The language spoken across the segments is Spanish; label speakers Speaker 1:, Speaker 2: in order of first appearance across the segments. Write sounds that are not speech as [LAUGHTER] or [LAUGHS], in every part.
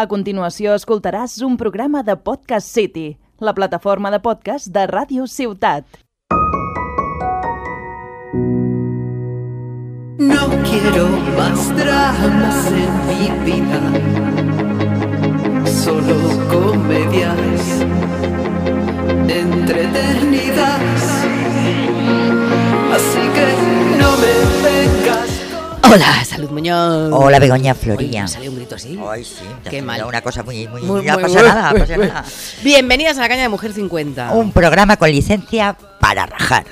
Speaker 1: A continuació escoltaràs un programa de Podcast City, la plataforma de podcast de Ràdio Ciutat.
Speaker 2: No quiero más dramas en mi vida, solo comedias, entretenidas. Así que no me vengas.
Speaker 3: Hola, Salud Muñoz.
Speaker 4: Hola, Begoña Florilla.
Speaker 3: Oye, sale un grito así.
Speaker 4: Ay, sí. te
Speaker 3: Qué
Speaker 4: has
Speaker 3: mal.
Speaker 4: pillado Una cosa muy... muy,
Speaker 3: Muy,
Speaker 4: no
Speaker 3: muy,
Speaker 4: pasa
Speaker 3: muy,
Speaker 4: nada,
Speaker 3: muy,
Speaker 4: pasa
Speaker 3: muy.
Speaker 4: nada. Oh.
Speaker 3: Bienvenidas a la caña de Mujer 50.
Speaker 4: Un programa con licencia para rajar.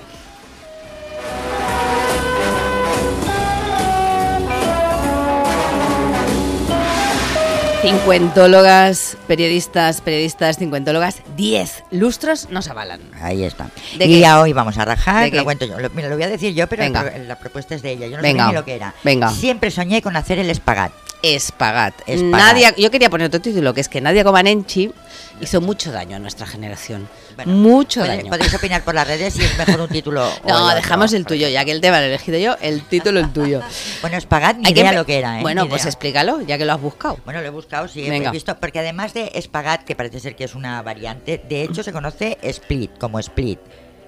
Speaker 3: Cincuentólogas, periodistas, periodistas, cincuentólogas, 10 lustros nos avalan.
Speaker 4: Ahí está.
Speaker 3: ¿De
Speaker 4: y
Speaker 3: qué?
Speaker 4: ya hoy vamos a
Speaker 3: ¿De
Speaker 4: rajar,
Speaker 3: qué?
Speaker 4: lo cuento yo. Lo, mira, lo voy a decir yo, pero
Speaker 3: Venga.
Speaker 4: el pro- la propuesta es de ella. Yo no
Speaker 3: Venga.
Speaker 4: sé ni lo que era.
Speaker 3: Venga.
Speaker 4: Siempre soñé con hacer el espagat.
Speaker 3: Espagat.
Speaker 4: Espagat.
Speaker 3: Nadia, yo quería poner otro título, que es que Nadia Comaneci hizo mucho daño a nuestra generación.
Speaker 4: Bueno,
Speaker 3: mucho
Speaker 4: Podéis-
Speaker 3: daño.
Speaker 4: Podéis opinar por las redes si es mejor un título
Speaker 3: [LAUGHS]
Speaker 4: o
Speaker 3: No,
Speaker 4: otro.
Speaker 3: dejamos el tuyo, ya que el tema lo he elegido yo, el título el tuyo.
Speaker 4: [LAUGHS] Bueno, espagat, ni
Speaker 3: Hay que
Speaker 4: idea
Speaker 3: empe-
Speaker 4: lo que era, ¿eh?
Speaker 3: Bueno,
Speaker 4: Ni
Speaker 3: pues
Speaker 4: idea.
Speaker 3: explícalo, ya que lo has buscado.
Speaker 4: Bueno, lo he buscado, sí,
Speaker 3: Venga.
Speaker 4: he visto, porque además de espagat, que parece ser que es una variante, de hecho se conoce split, como split.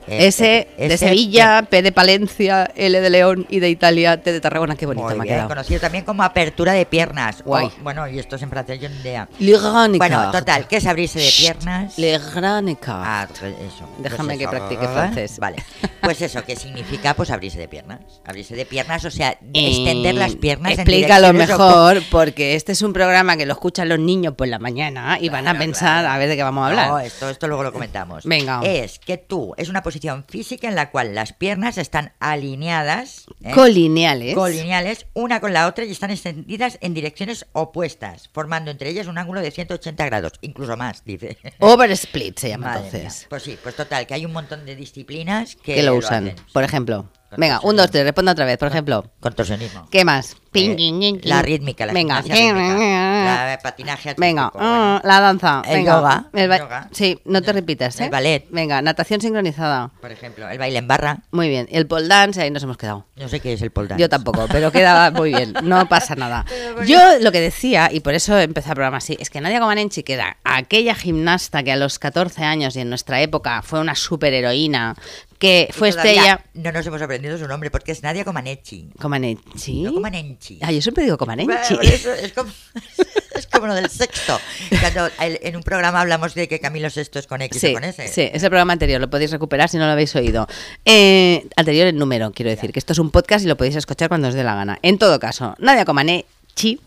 Speaker 4: Eh,
Speaker 3: S
Speaker 4: eh,
Speaker 3: de
Speaker 4: S-
Speaker 3: Sevilla, P de Palencia, L de León y de Italia, T de Tarragona. Qué bonito
Speaker 4: Muy
Speaker 3: me ha
Speaker 4: bien,
Speaker 3: quedado.
Speaker 4: conocido también como apertura de piernas. O-
Speaker 3: Guay.
Speaker 4: bueno, y esto es en francés, yo ni idea.
Speaker 3: Le Grand
Speaker 4: Bueno,
Speaker 3: Écart.
Speaker 4: total, ¿qué es abrirse de
Speaker 3: Shh,
Speaker 4: piernas?
Speaker 3: Le Grand Écart.
Speaker 4: Ah, eso.
Speaker 3: Déjame que practique
Speaker 4: ¿eh?
Speaker 3: francés.
Speaker 4: Vale. Pues eso, ¿qué significa? Pues abrirse de piernas. Abrirse de piernas,
Speaker 3: [LAUGHS]
Speaker 4: o sea, de
Speaker 3: Eh,
Speaker 4: extender las piernas. en
Speaker 3: Explícalo
Speaker 4: direcciones opu-
Speaker 3: mejor, porque este es un programa que lo escuchan los niños por la mañana y van a pensar a ver de qué vamos a hablar.
Speaker 4: No, esto, esto luego lo comentamos.
Speaker 3: Venga.
Speaker 4: Es que tú, es una posición física en la cual las piernas están alineadas. ¿eh?
Speaker 3: Colineales.
Speaker 4: colineales, una con la otra y están extendidas en direcciones opuestas, formando entre ellas un ángulo de 180 grados, incluso más, dice.
Speaker 3: Oversplit se llama
Speaker 4: [LAUGHS] Madre mía.
Speaker 3: Oh, entonces.
Speaker 4: Pues sí, pues total, que hay un montón de disciplinas que,
Speaker 3: Que lo usan,
Speaker 4: hacen.
Speaker 3: por ejemplo.
Speaker 4: Con
Speaker 3: Venga,
Speaker 4: razón.
Speaker 3: un, dos, tres, responda otra vez, por ejemplo.
Speaker 4: Contorsionismo.
Speaker 3: ¿Qué más? Pin, pin,
Speaker 4: Eh,
Speaker 3: pin, pin.
Speaker 4: la rítmica, la
Speaker 3: Venga.
Speaker 4: gimnasia
Speaker 3: [LAUGHS]
Speaker 4: rítmica, la patinaje artístico,
Speaker 3: Venga, ah,
Speaker 4: bueno.
Speaker 3: la danza.
Speaker 4: El
Speaker 3: venga.
Speaker 4: yoga,
Speaker 3: El ba-
Speaker 4: yoga.
Speaker 3: Sí, no te repitas, ¿eh?
Speaker 4: El ballet.
Speaker 3: Venga, natación sincronizada.
Speaker 4: Por ejemplo, el baile en barra.
Speaker 3: Muy bien. El pole dance, ahí nos hemos quedado.
Speaker 4: No sé qué es el pole dance.
Speaker 3: Yo
Speaker 4: [LAUGHS]
Speaker 3: tampoco, pero quedaba muy bien, no pasa nada. Yo lo que decía, y por eso empecé el programa así, es que Nadia Comaneci, que era aquella gimnasta que a los 14 años y en nuestra época fue una superheroína, que
Speaker 4: Y
Speaker 3: fue
Speaker 4: todavía
Speaker 3: estrella...
Speaker 4: No nos hemos aprendido su nombre porque es Nadia Comaneci.
Speaker 3: Comaneci.
Speaker 4: No Comaneci.
Speaker 3: Ah, yo siempre digo Comaneci.
Speaker 4: Bueno, eso es, como, [LAUGHS] es como lo del sexto. Cuando el- en un programa hablamos de que Camilo Sexto es con X o
Speaker 3: Sí,
Speaker 4: con S.
Speaker 3: sí, es el programa anterior, lo podéis recuperar si no lo habéis oído. Eh, anterior en número, quiero decir, que esto es un podcast y lo podéis escuchar cuando os dé la gana. En todo caso, Nadia Comaneci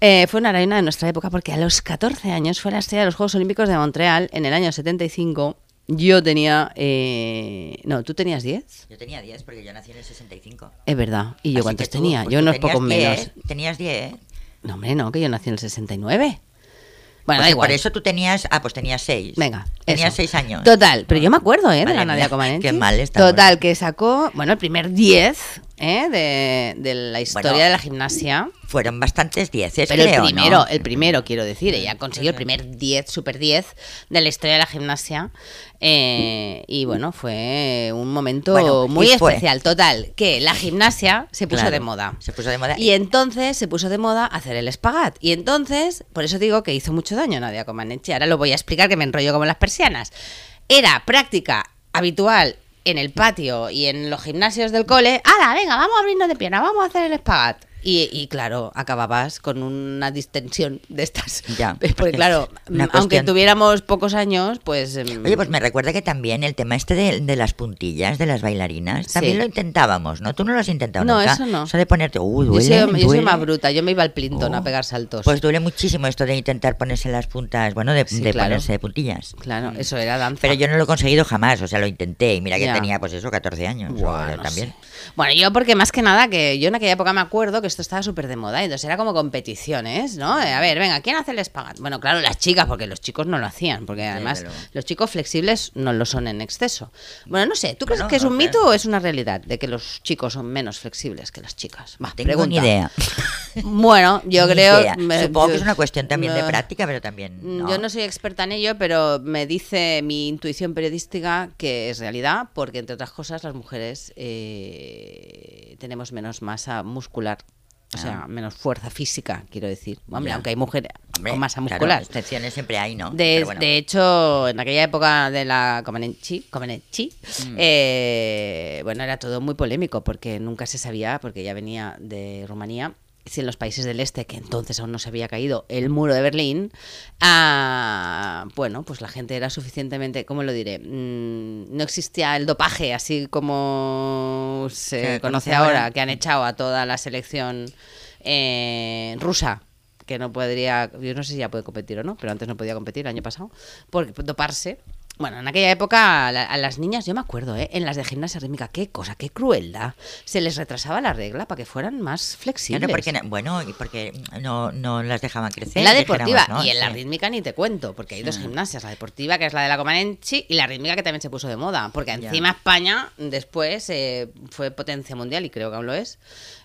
Speaker 3: eh, fue una heroína de nuestra época porque a los 14 años fue la estrella de los Juegos Olímpicos de Montreal en el año 75. Yo tenía. eh, no, tú tenías 10.
Speaker 4: Yo tenía 10 porque yo nací en el 65.
Speaker 3: Es verdad. ¿Y yo
Speaker 4: Así
Speaker 3: cuántos
Speaker 4: que tú,
Speaker 3: tenía?
Speaker 4: pues
Speaker 3: yo
Speaker 4: tú
Speaker 3: unos
Speaker 4: tenías
Speaker 3: pocos
Speaker 4: 10,
Speaker 3: menos.
Speaker 4: Tenías 10.
Speaker 3: No, hombre, no, que yo nací en el 69. Bueno,
Speaker 4: Pues
Speaker 3: da igual.
Speaker 4: Por eso tú tenías. Ah, pues tenías 6.
Speaker 3: Venga.
Speaker 4: Tenías
Speaker 3: eso.
Speaker 4: 6 años. Ah.
Speaker 3: Total, pero yo me acuerdo, ¿eh? De
Speaker 4: Madre
Speaker 3: la
Speaker 4: mía,
Speaker 3: Nadia Comaneci.
Speaker 4: qué mal estamos.
Speaker 3: Total, que sacó, bueno, el primer 10, ¿eh? De, de la historia
Speaker 4: Bueno,
Speaker 3: de la gimnasia.
Speaker 4: Fueron bastantes 10,
Speaker 3: Pero
Speaker 4: creo,
Speaker 3: el primero,
Speaker 4: ¿no?
Speaker 3: el primero, quiero decir, ella consiguió el primer 10, super 10 de la historia de la gimnasia. eh, y bueno, fue un momento
Speaker 4: Bueno, y
Speaker 3: muy
Speaker 4: fue.
Speaker 3: especial. Total, que la gimnasia se puso
Speaker 4: Claro,
Speaker 3: de moda.
Speaker 4: Se puso de moda.
Speaker 3: Y entonces se puso de moda hacer el espagat. Y entonces, por eso digo que hizo mucho daño Nadia Comaneci. Ahora lo voy a explicar que me enrollo como las persianas. Era práctica habitual en el patio y en los gimnasios del cole. ¡Hala, venga, vamos a abrirnos de pierna, vamos a hacer el espagat! Y, y, claro, acababas con una distensión de estas.
Speaker 4: Ya,
Speaker 3: [LAUGHS] Porque
Speaker 4: porque
Speaker 3: claro, mm,
Speaker 4: es una
Speaker 3: aunque
Speaker 4: cuestión-
Speaker 3: tuviéramos pocos años, pues... em,
Speaker 4: Oye, pues me recuerda que también el tema este de, de las puntillas, de las bailarinas,
Speaker 3: Sí.
Speaker 4: también lo intentábamos, ¿no? Tú no lo has intentado
Speaker 3: No,
Speaker 4: nunca.
Speaker 3: eso no.
Speaker 4: Eso de ponerte, uh,
Speaker 3: yo,
Speaker 4: duele,
Speaker 3: soy, yo soy
Speaker 4: duele.
Speaker 3: más bruta, yo me iba al plintón a
Speaker 4: Oh.
Speaker 3: pegar saltos.
Speaker 4: Pues duele muchísimo esto de intentar ponerse las puntas, bueno, de,
Speaker 3: Sí,
Speaker 4: de
Speaker 3: claro.
Speaker 4: ponerse de puntillas.
Speaker 3: claro, eso era danza.
Speaker 4: Pero yo no lo he conseguido jamás, o sea, lo intenté y mira que
Speaker 3: Ya.
Speaker 4: tenía pues eso, 14 años. o
Speaker 3: Buah, no
Speaker 4: también.
Speaker 3: sé. Bueno, yo porque más que nada que yo en aquella época me acuerdo que esto estaba súper de moda, entonces era como competiciones, ¿no? Eh, A ver, venga, ¿quién hace el espagat? Bueno, claro, las chicas, porque los chicos no lo hacían, porque además
Speaker 4: luego.
Speaker 3: los chicos flexibles no lo son en exceso. Bueno, no sé, ¿tú crees
Speaker 4: Bueno,
Speaker 3: que es
Speaker 4: no
Speaker 3: un
Speaker 4: sé.
Speaker 3: mito o es una realidad de que los chicos son menos flexibles que las chicas? Va,
Speaker 4: Tengo
Speaker 3: pregunta.
Speaker 4: ni idea.
Speaker 3: Bueno, yo
Speaker 4: [LAUGHS] Ni
Speaker 3: creo...
Speaker 4: idea.
Speaker 3: me-
Speaker 4: Supongo
Speaker 3: yo-
Speaker 4: que es una cuestión también de
Speaker 3: me-
Speaker 4: práctica, pero también.
Speaker 3: Mm, yo no soy experta en ello, pero me dice mi intuición periodística que es realidad, porque entre otras cosas las mujeres eh, tenemos menos masa muscular O sea, menos fuerza física, quiero decir. Hombre,
Speaker 4: Ah. Ya.
Speaker 3: aunque hay mujeres
Speaker 4: Hombre,
Speaker 3: con masa
Speaker 4: claro,
Speaker 3: muscular.
Speaker 4: excepciones siempre hay, ¿no?
Speaker 3: De,
Speaker 4: Pero bueno.
Speaker 3: de hecho, en aquella época de la Comaneci, Comaneci,
Speaker 4: Mm.
Speaker 3: eh, bueno, era todo muy polémico porque nunca se sabía, porque ya venía de Rumanía, si en los países del este, que entonces aún no se había caído el muro de Berlín, ah, bueno, pues la gente era suficientemente, ¿cómo lo diré? Mm, no existía el dopaje así como se conoce
Speaker 4: Se conoce ahora.
Speaker 3: ahora, que han echado a toda la selección eh, rusa que no podría, yo no sé si ya puede competir o no, pero antes no podía competir el año pasado, por doparse. Bueno, en aquella época a, la- a las niñas, yo me acuerdo, ¿eh? en las de gimnasia rítmica, qué cosa, qué crueldad. Se les retrasaba la regla para que fueran más flexibles.
Speaker 4: Claro, porque, no- bueno, y porque no, no las dejaban crecer.
Speaker 3: En la
Speaker 4: dijéramos,
Speaker 3: deportiva
Speaker 4: ¿no?
Speaker 3: y en la
Speaker 4: Sí. Mm.
Speaker 3: rítmica ni te cuento, porque hay dos gimnasias, la deportiva que es la de la Comanenchi y la rítmica que también se puso de moda, porque
Speaker 4: Ya.
Speaker 3: encima España después eh, fue potencia mundial y creo que aún lo es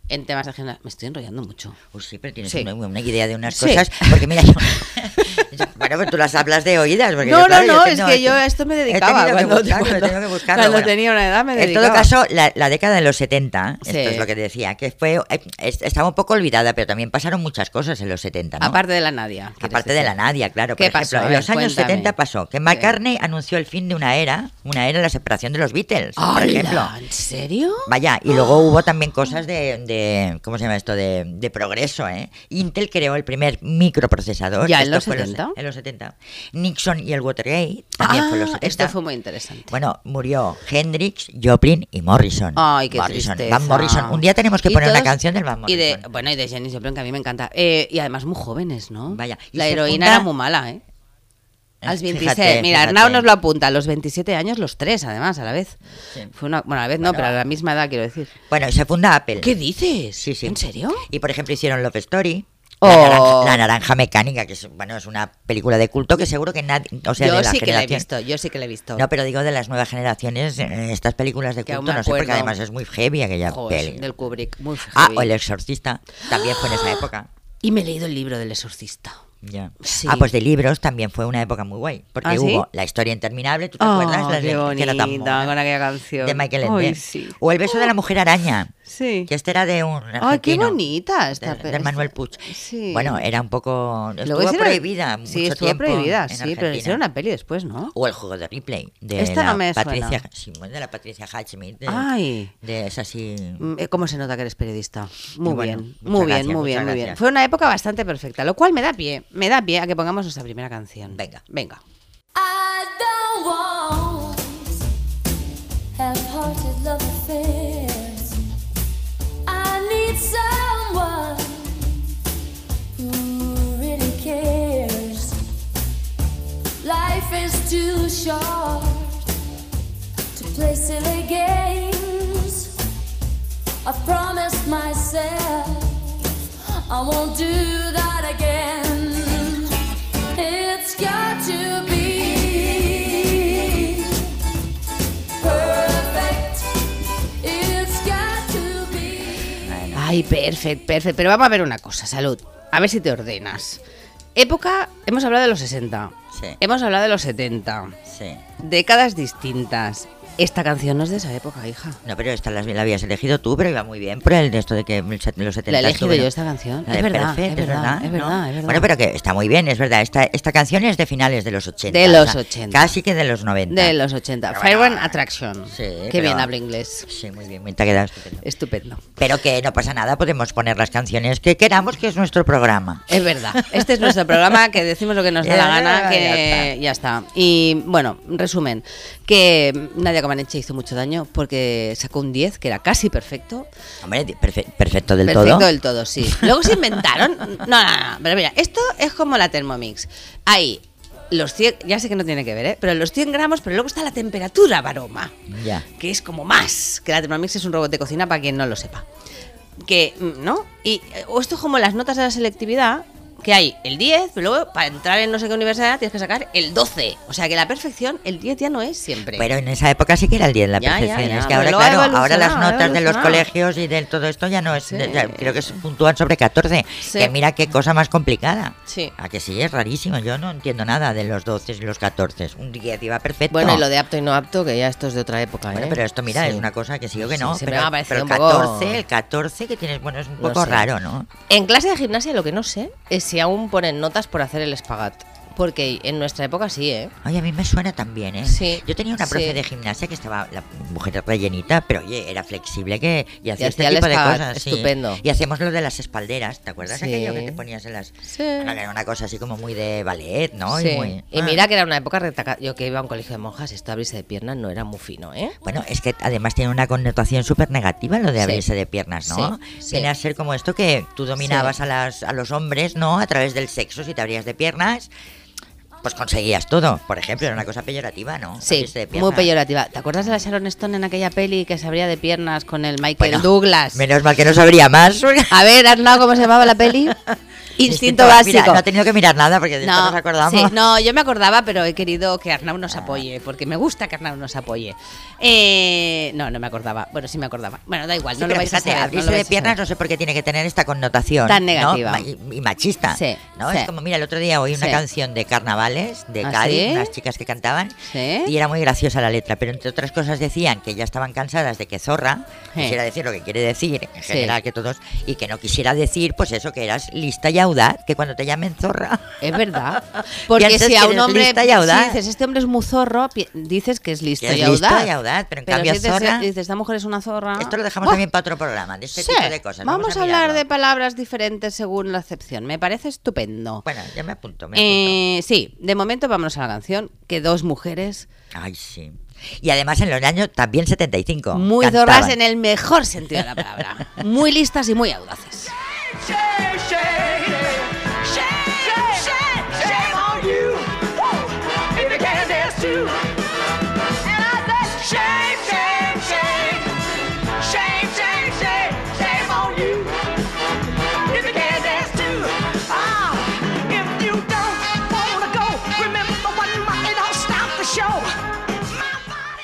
Speaker 3: en temas de gimnasia. Me estoy enrollando mucho.
Speaker 4: Uy, Pues sí, pero tienes
Speaker 3: Sí.
Speaker 4: Una, una idea de unas
Speaker 3: Sí.
Speaker 4: cosas.
Speaker 3: [LAUGHS]
Speaker 4: Porque mira, yo, [LAUGHS] yo- Bueno, pues tú las hablas de oídas. Porque
Speaker 3: No,
Speaker 4: yo, claro,
Speaker 3: no, no,
Speaker 4: te-
Speaker 3: es que yo a
Speaker 4: he-
Speaker 3: esto me
Speaker 4: he
Speaker 3: dedicaba.
Speaker 4: tenido que
Speaker 3: cuando
Speaker 4: buscarlo,
Speaker 3: cuando-
Speaker 4: he tenido que buscarlo,
Speaker 3: cuando
Speaker 4: bueno.
Speaker 3: tenía una edad me
Speaker 4: En
Speaker 3: dedicaba.
Speaker 4: todo caso, la, la década de los 70,
Speaker 3: Sí.
Speaker 4: esto es lo que te decía, que fue eh, es- estaba un poco olvidada, pero también pasaron muchas cosas en los 70, ¿no?
Speaker 3: aparte de la Nadia. quieres
Speaker 4: Aparte de
Speaker 3: decir.
Speaker 4: la Nadia, claro.
Speaker 3: ¿Qué
Speaker 4: por
Speaker 3: pasó?
Speaker 4: ejemplo,
Speaker 3: A
Speaker 4: en
Speaker 3: ver,
Speaker 4: los años
Speaker 3: cuéntame.
Speaker 4: 70 pasó que McCartney anunció el fin de una era, una era la separación de los Beatles, por
Speaker 3: ¡Hala!
Speaker 4: ejemplo.
Speaker 3: ¿En serio?
Speaker 4: Vaya, y luego hubo también cosas de, de- ¿cómo se llama esto? De, de progreso, ¿eh? Intel creó el primer microprocesador.
Speaker 3: ¿Ya en
Speaker 4: Esto
Speaker 3: los
Speaker 4: fue
Speaker 3: 70?
Speaker 4: en los 70. Nixon y el Watergate también fue en los
Speaker 3: Ah,
Speaker 4: 70.
Speaker 3: Esto fue muy interesante.
Speaker 4: Bueno, murió Hendrix, Joplin y Morrison.
Speaker 3: Ay, qué
Speaker 4: Morrison,
Speaker 3: tristeza.
Speaker 4: Van Morrison. Un día tenemos que
Speaker 3: Y
Speaker 4: poner una
Speaker 3: todos-
Speaker 4: canción del Van
Speaker 3: y
Speaker 4: Morrison. ¿eh?
Speaker 3: de, bueno, y de Jenny Joplin, que a mí me encanta. Eh, y además muy jóvenes, ¿no?
Speaker 4: Vaya, y
Speaker 3: La
Speaker 4: se
Speaker 3: heroína
Speaker 4: junta-
Speaker 3: era muy mala, ¿eh?
Speaker 4: Eh,
Speaker 3: A los 26.
Speaker 4: fíjate,
Speaker 3: Mira,
Speaker 4: fíjate.
Speaker 3: Arnau nos lo apunta. A los 27 años, los tres, además, a la vez.
Speaker 4: Sí.
Speaker 3: Fue una, bueno, a la vez no,
Speaker 4: Bueno.
Speaker 3: pero a la misma edad, quiero decir.
Speaker 4: Bueno, se funda Apple.
Speaker 3: ¿Qué dices?
Speaker 4: Sí, sí.
Speaker 3: ¿En serio?
Speaker 4: Y por ejemplo hicieron Love Story.
Speaker 3: Oh.
Speaker 4: La, naranja, La naranja mecánica, que es, bueno, es una película de culto que seguro que nadie. O sea,
Speaker 3: yo
Speaker 4: de la
Speaker 3: sí que la he
Speaker 4: generación-
Speaker 3: visto, yo sí que la he visto.
Speaker 4: No, pero digo de las nuevas generaciones, eh, estas películas de
Speaker 3: Que aún
Speaker 4: culto,
Speaker 3: me
Speaker 4: no sé, porque
Speaker 3: acuerdo.
Speaker 4: además es muy heavy aquella
Speaker 3: Joder,
Speaker 4: peli.
Speaker 3: del Kubrick. Muy
Speaker 4: Ah,
Speaker 3: heavy.
Speaker 4: o El Exorcista, también fue en esa época.
Speaker 3: Y me he leído el libro del exorcista.
Speaker 4: Ya.
Speaker 3: Sí.
Speaker 4: Ah, pues de libros también fue una época muy guay, porque
Speaker 3: ¿Ah, sí? Oh,
Speaker 4: hubo La historia interminable, ¿tú te acuerdas? La
Speaker 3: qué
Speaker 4: de- que era tan
Speaker 3: bonita,
Speaker 4: mona,
Speaker 3: con aquella canción.
Speaker 4: de Michael
Speaker 3: Ay,
Speaker 4: Ende.
Speaker 3: sí.
Speaker 4: O El beso de la mujer araña,
Speaker 3: Sí.
Speaker 4: que este era de un argentino.
Speaker 3: Ay, qué bonita esta
Speaker 4: de,
Speaker 3: pe-
Speaker 4: de Manuel Puig.
Speaker 3: Sí.
Speaker 4: Bueno, era un poco. Estuvo
Speaker 3: Luego hicieron-
Speaker 4: prohibida mucho
Speaker 3: Sí, estuvo
Speaker 4: tiempo
Speaker 3: prohibida,
Speaker 4: en
Speaker 3: sí,
Speaker 4: Argentina.
Speaker 3: pero hicieron una peli después, ¿no?
Speaker 4: O el juego de replay de
Speaker 3: Esta
Speaker 4: la
Speaker 3: Este no me suena.
Speaker 4: Patricia Simón, de la Patricia Hatchmith. De,
Speaker 3: Ay.
Speaker 4: de es así.
Speaker 3: Mm, eh, ¿Cómo se nota que eres periodista? Muy
Speaker 4: Y bueno,
Speaker 3: bien,
Speaker 4: muchas
Speaker 3: muy bien, muy
Speaker 4: gracias, muchas
Speaker 3: bien, muy bien.
Speaker 4: gracias.
Speaker 3: Fue una época bastante perfecta, lo cual me da pie, me da pie a que pongamos nuestra primera canción.
Speaker 4: Venga.
Speaker 3: Venga.
Speaker 5: I don't want half-hearted love affairs. I need someone who really cares. Life is too short to play silly games. I've promised myself I won't do that again. It's got to be perfect. It's got to be.
Speaker 3: Ay, perfecto, perfecto. Pero vamos a ver una cosa, salud. A ver si te ordenas. Época, hemos hablado de los 60.
Speaker 4: Sí.
Speaker 3: Hemos hablado de los 70.
Speaker 4: Sí.
Speaker 3: Décadas distintas. Esta canción no es de esa época, hija.
Speaker 4: No, pero esta la, la habías elegido tú, pero iba muy bien por el de esto de que el set- los 70
Speaker 3: La he elegido
Speaker 4: estuvieron-
Speaker 3: yo esta canción.
Speaker 4: La
Speaker 3: Es
Speaker 4: de
Speaker 3: verdad,
Speaker 4: Perfect,
Speaker 3: es verdad, es
Speaker 4: ¿no?
Speaker 3: verdad, es verdad.
Speaker 4: Bueno, pero que está muy bien, es verdad. Esta, esta canción es de finales de los 80.
Speaker 3: De los 80.
Speaker 4: Casi que de los 90.
Speaker 3: De los 80.
Speaker 4: Pero
Speaker 3: Fire
Speaker 4: bueno,
Speaker 3: One Attraction.
Speaker 4: sí,
Speaker 3: Qué
Speaker 4: pero-
Speaker 3: bien habla inglés.
Speaker 4: Sí, muy bien, me te ha quedado estupendo.
Speaker 3: Estupendo.
Speaker 4: Pero que no pasa nada, podemos poner las canciones que queramos, que es nuestro programa.
Speaker 3: Es verdad. Este es nuestro programa que decimos lo que nos da la gana, que ya está. Y bueno, resumen, que Nadia Comaneci hizo mucho daño porque sacó un 10 que era casi perfecto.
Speaker 4: Hombre, di- perfe- perfecto del
Speaker 3: perfecto
Speaker 4: todo.
Speaker 3: del todo, sí. Luego se inventaron. [LAUGHS] No, no, no. Pero mira, esto es como la Thermomix. Hay los 100, ya sé que no tiene que ver, ¿eh? pero los 100 gramos, pero luego está la temperatura baroma.
Speaker 4: Ya.
Speaker 3: que es como más, que la Thermomix es un robot de cocina para quien no lo sepa. Que, mm, ¿no? Y eh, o esto es como las notas de la selectividad, que hay el 10, pero luego para entrar en no sé qué universidad tienes que sacar el 12. O sea que la perfección, el 10 ya no es siempre.
Speaker 4: Pero en esa época sí que era el 10 la
Speaker 3: Ya, ya,
Speaker 4: perfección.
Speaker 3: ya,
Speaker 4: Es que
Speaker 3: pero
Speaker 4: ahora,
Speaker 3: luego ha
Speaker 4: claro, ahora las
Speaker 3: evolucionado, ha
Speaker 4: notas de los
Speaker 3: evolucionado.
Speaker 4: colegios y de todo esto ya no es. ya- creo que se puntúan sobre 14.
Speaker 3: Sí.
Speaker 4: Que mira qué cosa más complicada.
Speaker 3: Sí.
Speaker 4: A que sí, es rarísimo. Yo no entiendo nada de los 12 y los 14. Un 10 iba perfecto.
Speaker 6: Bueno, y lo de apto y no apto, que ya esto es de otra época,
Speaker 4: Bueno,
Speaker 6: ¿eh?
Speaker 4: pero esto, mira,
Speaker 6: Sí.
Speaker 4: es una cosa que sí o que
Speaker 6: Sí,
Speaker 4: no.
Speaker 6: siempre
Speaker 4: pero,
Speaker 6: me ha parecido
Speaker 4: pero el
Speaker 6: un poco-
Speaker 4: 14, el 14 que tienes, bueno, es un
Speaker 6: No
Speaker 4: poco
Speaker 6: sé.
Speaker 4: raro, ¿no?
Speaker 6: En clase de gimnasia lo que no sé es si aún ponen notas por hacer el espagat. Porque en nuestra época sí, ¿eh?
Speaker 4: Oye, a mí me suena también, ¿eh?
Speaker 6: Sí,
Speaker 4: Yo tenía una profe
Speaker 6: sí.
Speaker 4: de gimnasia que estaba, la mujer rellenita, pero oye, era flexible que, y hacía
Speaker 6: Y
Speaker 4: este
Speaker 6: hacía el
Speaker 4: tipo de
Speaker 6: espagat,
Speaker 4: cosas. sí.
Speaker 6: estupendo.
Speaker 4: Y hacíamos lo de las espalderas, ¿te acuerdas
Speaker 6: Sí.
Speaker 4: aquello que te ponías en las.
Speaker 6: Sí.
Speaker 4: Bueno, que era una cosa así como muy de ballet, ¿no?
Speaker 6: Sí.
Speaker 4: Y, muy-
Speaker 6: Y
Speaker 4: Ah.
Speaker 6: mira que era una época retaca. Yo que iba a un colegio de monjas, esto de abrirse de piernas no era muy fino, ¿eh?
Speaker 4: Bueno, es que además tiene una connotación súper negativa lo de
Speaker 6: Sí.
Speaker 4: abrirse de piernas, ¿no?
Speaker 6: Sí, sí.
Speaker 4: Viene a ser como esto que tú dominabas a, las, a los hombres, ¿no? A través del sexo, si te abrías de piernas, pues conseguías todo. Por ejemplo, era una cosa peyorativa, ¿no?
Speaker 6: Sí,
Speaker 4: Abrirse de
Speaker 6: muy
Speaker 4: piernas.
Speaker 6: peyorativa. ¿Te acuerdas de la Sharon Stone en aquella peli que se abría de piernas con el Michael
Speaker 4: Bueno,
Speaker 6: Douglas?
Speaker 4: Menos mal que no sabría más.
Speaker 3: Ah,
Speaker 4: [LAUGHS]
Speaker 6: A ver, Arnau, ¿cómo se llamaba la peli? Instinto básico.
Speaker 4: Mira, no he tenido que mirar nada porque de esto nos acordamos. [LAUGHS] Ah.
Speaker 3: sí, no, yo me acordaba, pero he querido que Arnau nos apoye, porque me gusta que Arnau nos apoye. Eh, no, no me acordaba. Bueno, sí me acordaba. Bueno, da igual,
Speaker 4: Sí,
Speaker 3: no lo
Speaker 4: pero
Speaker 3: vais
Speaker 4: fíjate,
Speaker 3: a saber. no
Speaker 4: abrirse
Speaker 3: lo vais
Speaker 4: de
Speaker 3: a
Speaker 4: piernas
Speaker 3: saber.
Speaker 4: no sé por qué tiene que tener esta connotación.
Speaker 3: Tan
Speaker 4: ¿no?
Speaker 3: negativa.
Speaker 4: Ma- Y, y machista.
Speaker 3: Sí,
Speaker 4: ¿no?
Speaker 3: sí.
Speaker 4: Es como, mira, el otro día oí una
Speaker 3: Sí.
Speaker 4: canción de carnavales de
Speaker 3: ¿Ah,
Speaker 4: Cádiz,
Speaker 3: sí?
Speaker 4: unas chicas que cantaban,
Speaker 3: Sí.
Speaker 4: y era muy graciosa la letra, pero entre otras cosas decían que ya estaban cansadas de que Zorra
Speaker 3: Sí.
Speaker 4: quisiera decir lo que quiere decir, en
Speaker 3: Sí.
Speaker 4: general que todos, y que no quisiera decir, pues eso, que eras lista y audaz, que cuando te llamen Zorra.
Speaker 3: Es
Speaker 4: [LAUGHS]
Speaker 3: verdad. Porque
Speaker 4: Piensas
Speaker 3: si a
Speaker 4: que
Speaker 3: un
Speaker 4: eres
Speaker 3: hombre
Speaker 4: lista y audaz.
Speaker 3: si dices, este hombre es muy zorro, pi- dices que es listo
Speaker 4: Que
Speaker 3: y
Speaker 4: es listo
Speaker 3: audaz.
Speaker 4: y audaz, pero en
Speaker 3: Pero
Speaker 4: cambio
Speaker 3: si dices,
Speaker 4: zorra-
Speaker 3: dices, esta mujer es una zorra.
Speaker 4: Esto lo dejamos
Speaker 3: ¡Buah!
Speaker 4: también para otro programa, de este
Speaker 3: Ah. Sí.
Speaker 4: tipo de cosas.
Speaker 3: Vamos, a hablar
Speaker 4: mirarlo.
Speaker 3: de palabras diferentes según la acepción. Me parece estupendo.
Speaker 4: Bueno, ya me apunto, me apunto.
Speaker 3: Eh, sí, de momento vámonos a la canción, que dos mujeres
Speaker 4: Ay, sí. Y además en los años también 75.
Speaker 3: muy
Speaker 4: cantaban.
Speaker 3: zorras en el mejor sentido de la palabra, muy listas y muy audaces.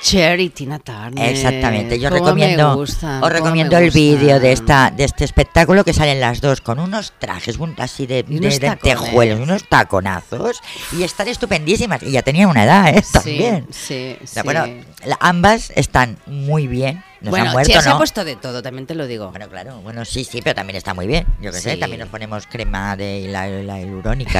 Speaker 3: Cher y Tina Turner.
Speaker 4: Exactamente, yo
Speaker 3: Cómo
Speaker 4: recomiendo,
Speaker 3: me gustan,
Speaker 4: os
Speaker 3: cómo
Speaker 4: recomiendo
Speaker 3: me
Speaker 4: el vídeo de
Speaker 3: gustan.
Speaker 4: esta, de este espectáculo que salen las dos con unos trajes un- así de,
Speaker 3: Y unos
Speaker 4: de lentejuelos,
Speaker 3: tacones.
Speaker 4: unos taconazos y están estupendísimas. Y ya tenían una edad, ¿eh? También.
Speaker 3: Sí, sí.
Speaker 4: O sea, bueno,
Speaker 3: sí.
Speaker 4: la- ambas están muy bien. Nos
Speaker 3: Bueno,
Speaker 4: han muerto,
Speaker 3: Cher se
Speaker 4: ¿no?
Speaker 3: ha puesto de todo, también te lo digo.
Speaker 4: Bueno, claro, bueno, sí, sí, pero también está muy bien. Yo qué sé,
Speaker 3: Sí.
Speaker 4: también nos ponemos crema de la, la hialurónica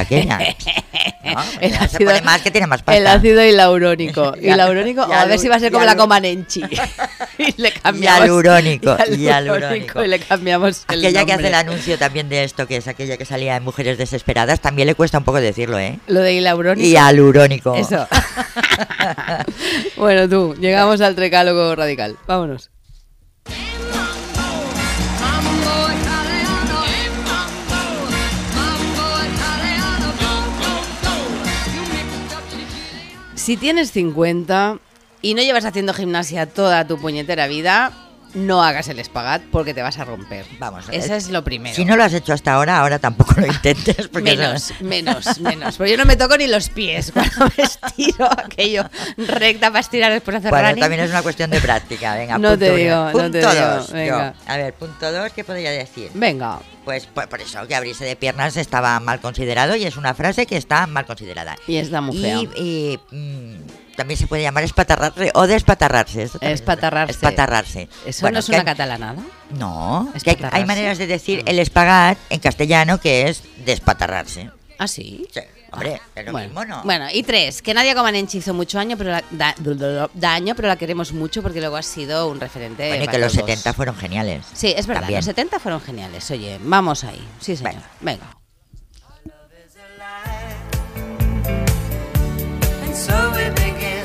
Speaker 3: [LAUGHS]
Speaker 4: aquella. ¿no?
Speaker 3: [LAUGHS] El
Speaker 4: Ya se pone
Speaker 3: ácido-
Speaker 4: más que tiene más pasta.
Speaker 3: El ácido hialurónico.
Speaker 4: [LAUGHS] Ya-
Speaker 3: Hialurónico, o a ver
Speaker 4: hialu-
Speaker 3: si va a ser como la
Speaker 4: hialu-
Speaker 3: Comanenchi. [LAUGHS] y le cambiamos. [LAUGHS]
Speaker 4: Hialurónico, hialurónico.
Speaker 3: Y le cambiamos el
Speaker 4: Aquella que hace el
Speaker 3: nombre.
Speaker 4: anuncio también de esto, que es aquella que salía en Mujeres Desesperadas, también le cuesta un poco decirlo, ¿eh?
Speaker 3: Lo de hialurónico.
Speaker 4: Hialurónico.
Speaker 3: Eso. [LAUGHS] bueno, tú, llegamos al trecálogo radical. Vámonos. Si tienes 50 y no llevas haciendo gimnasia toda tu puñetera vida, no hagas el espagat porque te vas a romper.
Speaker 4: Vamos,
Speaker 3: Eso
Speaker 4: eh,
Speaker 3: es lo primero.
Speaker 4: Si no lo has hecho hasta ahora, ahora tampoco lo intentes. Porque
Speaker 3: menos, menos, menos. Porque yo no me toco ni los pies [LAUGHS] cuando me estiro aquello recta para estirar después de hacer
Speaker 4: Bueno,
Speaker 3: running.
Speaker 4: también es una cuestión de práctica. Venga,
Speaker 3: No
Speaker 4: punto
Speaker 3: te
Speaker 4: uno.
Speaker 3: digo, no
Speaker 4: Punto
Speaker 3: te digo,
Speaker 4: dos, yo.
Speaker 3: venga.
Speaker 4: A ver, punto dos, ¿qué podría decir?
Speaker 3: Venga.
Speaker 4: Pues por, por eso, que abrirse de piernas estaba mal considerado y es una frase que está mal considerada.
Speaker 3: Y es la mujer.
Speaker 4: Y, y, mm, también se puede llamar espatarrarse o despatarrarse. Esto también es-
Speaker 3: Espatarrarse.
Speaker 4: Espatarrarse.
Speaker 3: Eso
Speaker 4: Bueno,
Speaker 3: no es
Speaker 4: que
Speaker 3: una
Speaker 4: hay-
Speaker 3: catalanada.
Speaker 4: No, que hay,
Speaker 3: Espatarrarse.
Speaker 4: hay maneras de decir
Speaker 3: Ah.
Speaker 4: el espagat en castellano que es despatarrarse.
Speaker 3: Ah, sí.
Speaker 4: Sí, hombre, es lo
Speaker 3: bueno.
Speaker 4: mismo, ¿no?
Speaker 3: Bueno, y tres, que Nadia Comaneci hizo mucho año, pero la, da- daño, pero la queremos mucho porque luego ha sido un referente.
Speaker 4: Bueno, y
Speaker 3: eh, para
Speaker 4: que los
Speaker 3: todos.
Speaker 4: 70 fueron geniales.
Speaker 3: Sí, es verdad,
Speaker 4: También.
Speaker 3: los 70 fueron geniales. Oye, vamos ahí. Sí, señor.
Speaker 4: Venga.
Speaker 3: Venga.
Speaker 2: And so we begin.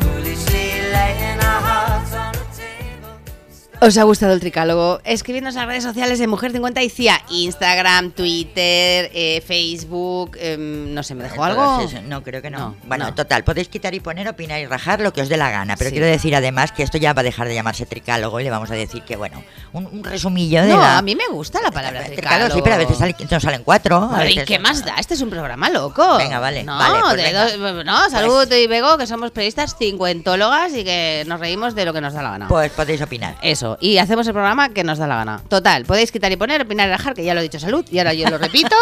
Speaker 2: Foolishly laying our hearts on the table.
Speaker 3: ¿Os ha gustado el tricálogo? Escribidnos a las redes sociales de Mujer 50 y CIA. Instagram, Twitter, eh, Facebook. em, no sé, ¿me dejó algo?
Speaker 4: Entonces, no, creo que no.
Speaker 3: No,
Speaker 4: bueno,
Speaker 3: no.
Speaker 4: total, podéis quitar y poner, opinar y rajar lo que os dé la gana. Pero
Speaker 3: Sí.
Speaker 4: quiero decir además que esto ya va a dejar de llamarse tricálogo y le vamos a decir que, bueno, un, un resumillo de
Speaker 3: No,
Speaker 4: la.
Speaker 3: a mí me gusta la palabra
Speaker 4: Tricálogo,
Speaker 3: tricálogo.
Speaker 4: Sí, pero a veces salen- nos salen cuatro. a
Speaker 3: Ay,
Speaker 4: veces-
Speaker 3: ¿Qué más da? Este es un programa loco.
Speaker 4: Venga, vale,
Speaker 3: No,
Speaker 4: vale, pues
Speaker 3: de
Speaker 4: venga.
Speaker 3: dos- no salud y Bego, que somos periodistas cincuentólogas y que nos reímos de lo que nos da la gana.
Speaker 4: Pues podéis opinar.
Speaker 3: Eso, y hacemos el programa que nos da la gana. Total, podéis quitar y poner, opinar y rajar, que ya lo he dicho salud, y ahora yo lo repito.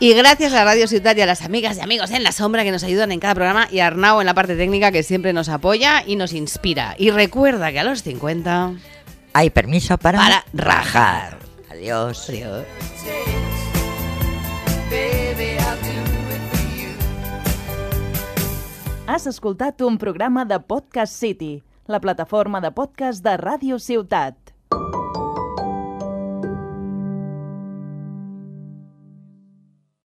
Speaker 3: y gracias a Radio Ciudad y a las amigas y amigos en la sombra que nos ayudan en cada programa, y a Arnau en la parte técnica que siempre nos apoya y nos inspira. Y recuerda que a los 50...
Speaker 4: Hay permiso para,
Speaker 3: Para
Speaker 4: rajar. Adiós.
Speaker 3: Adiós.
Speaker 2: Baby, I'll do it for you.
Speaker 1: Has escoltat un programa de Podcast City, la plataforma de podcast de Ràdio Ciutat.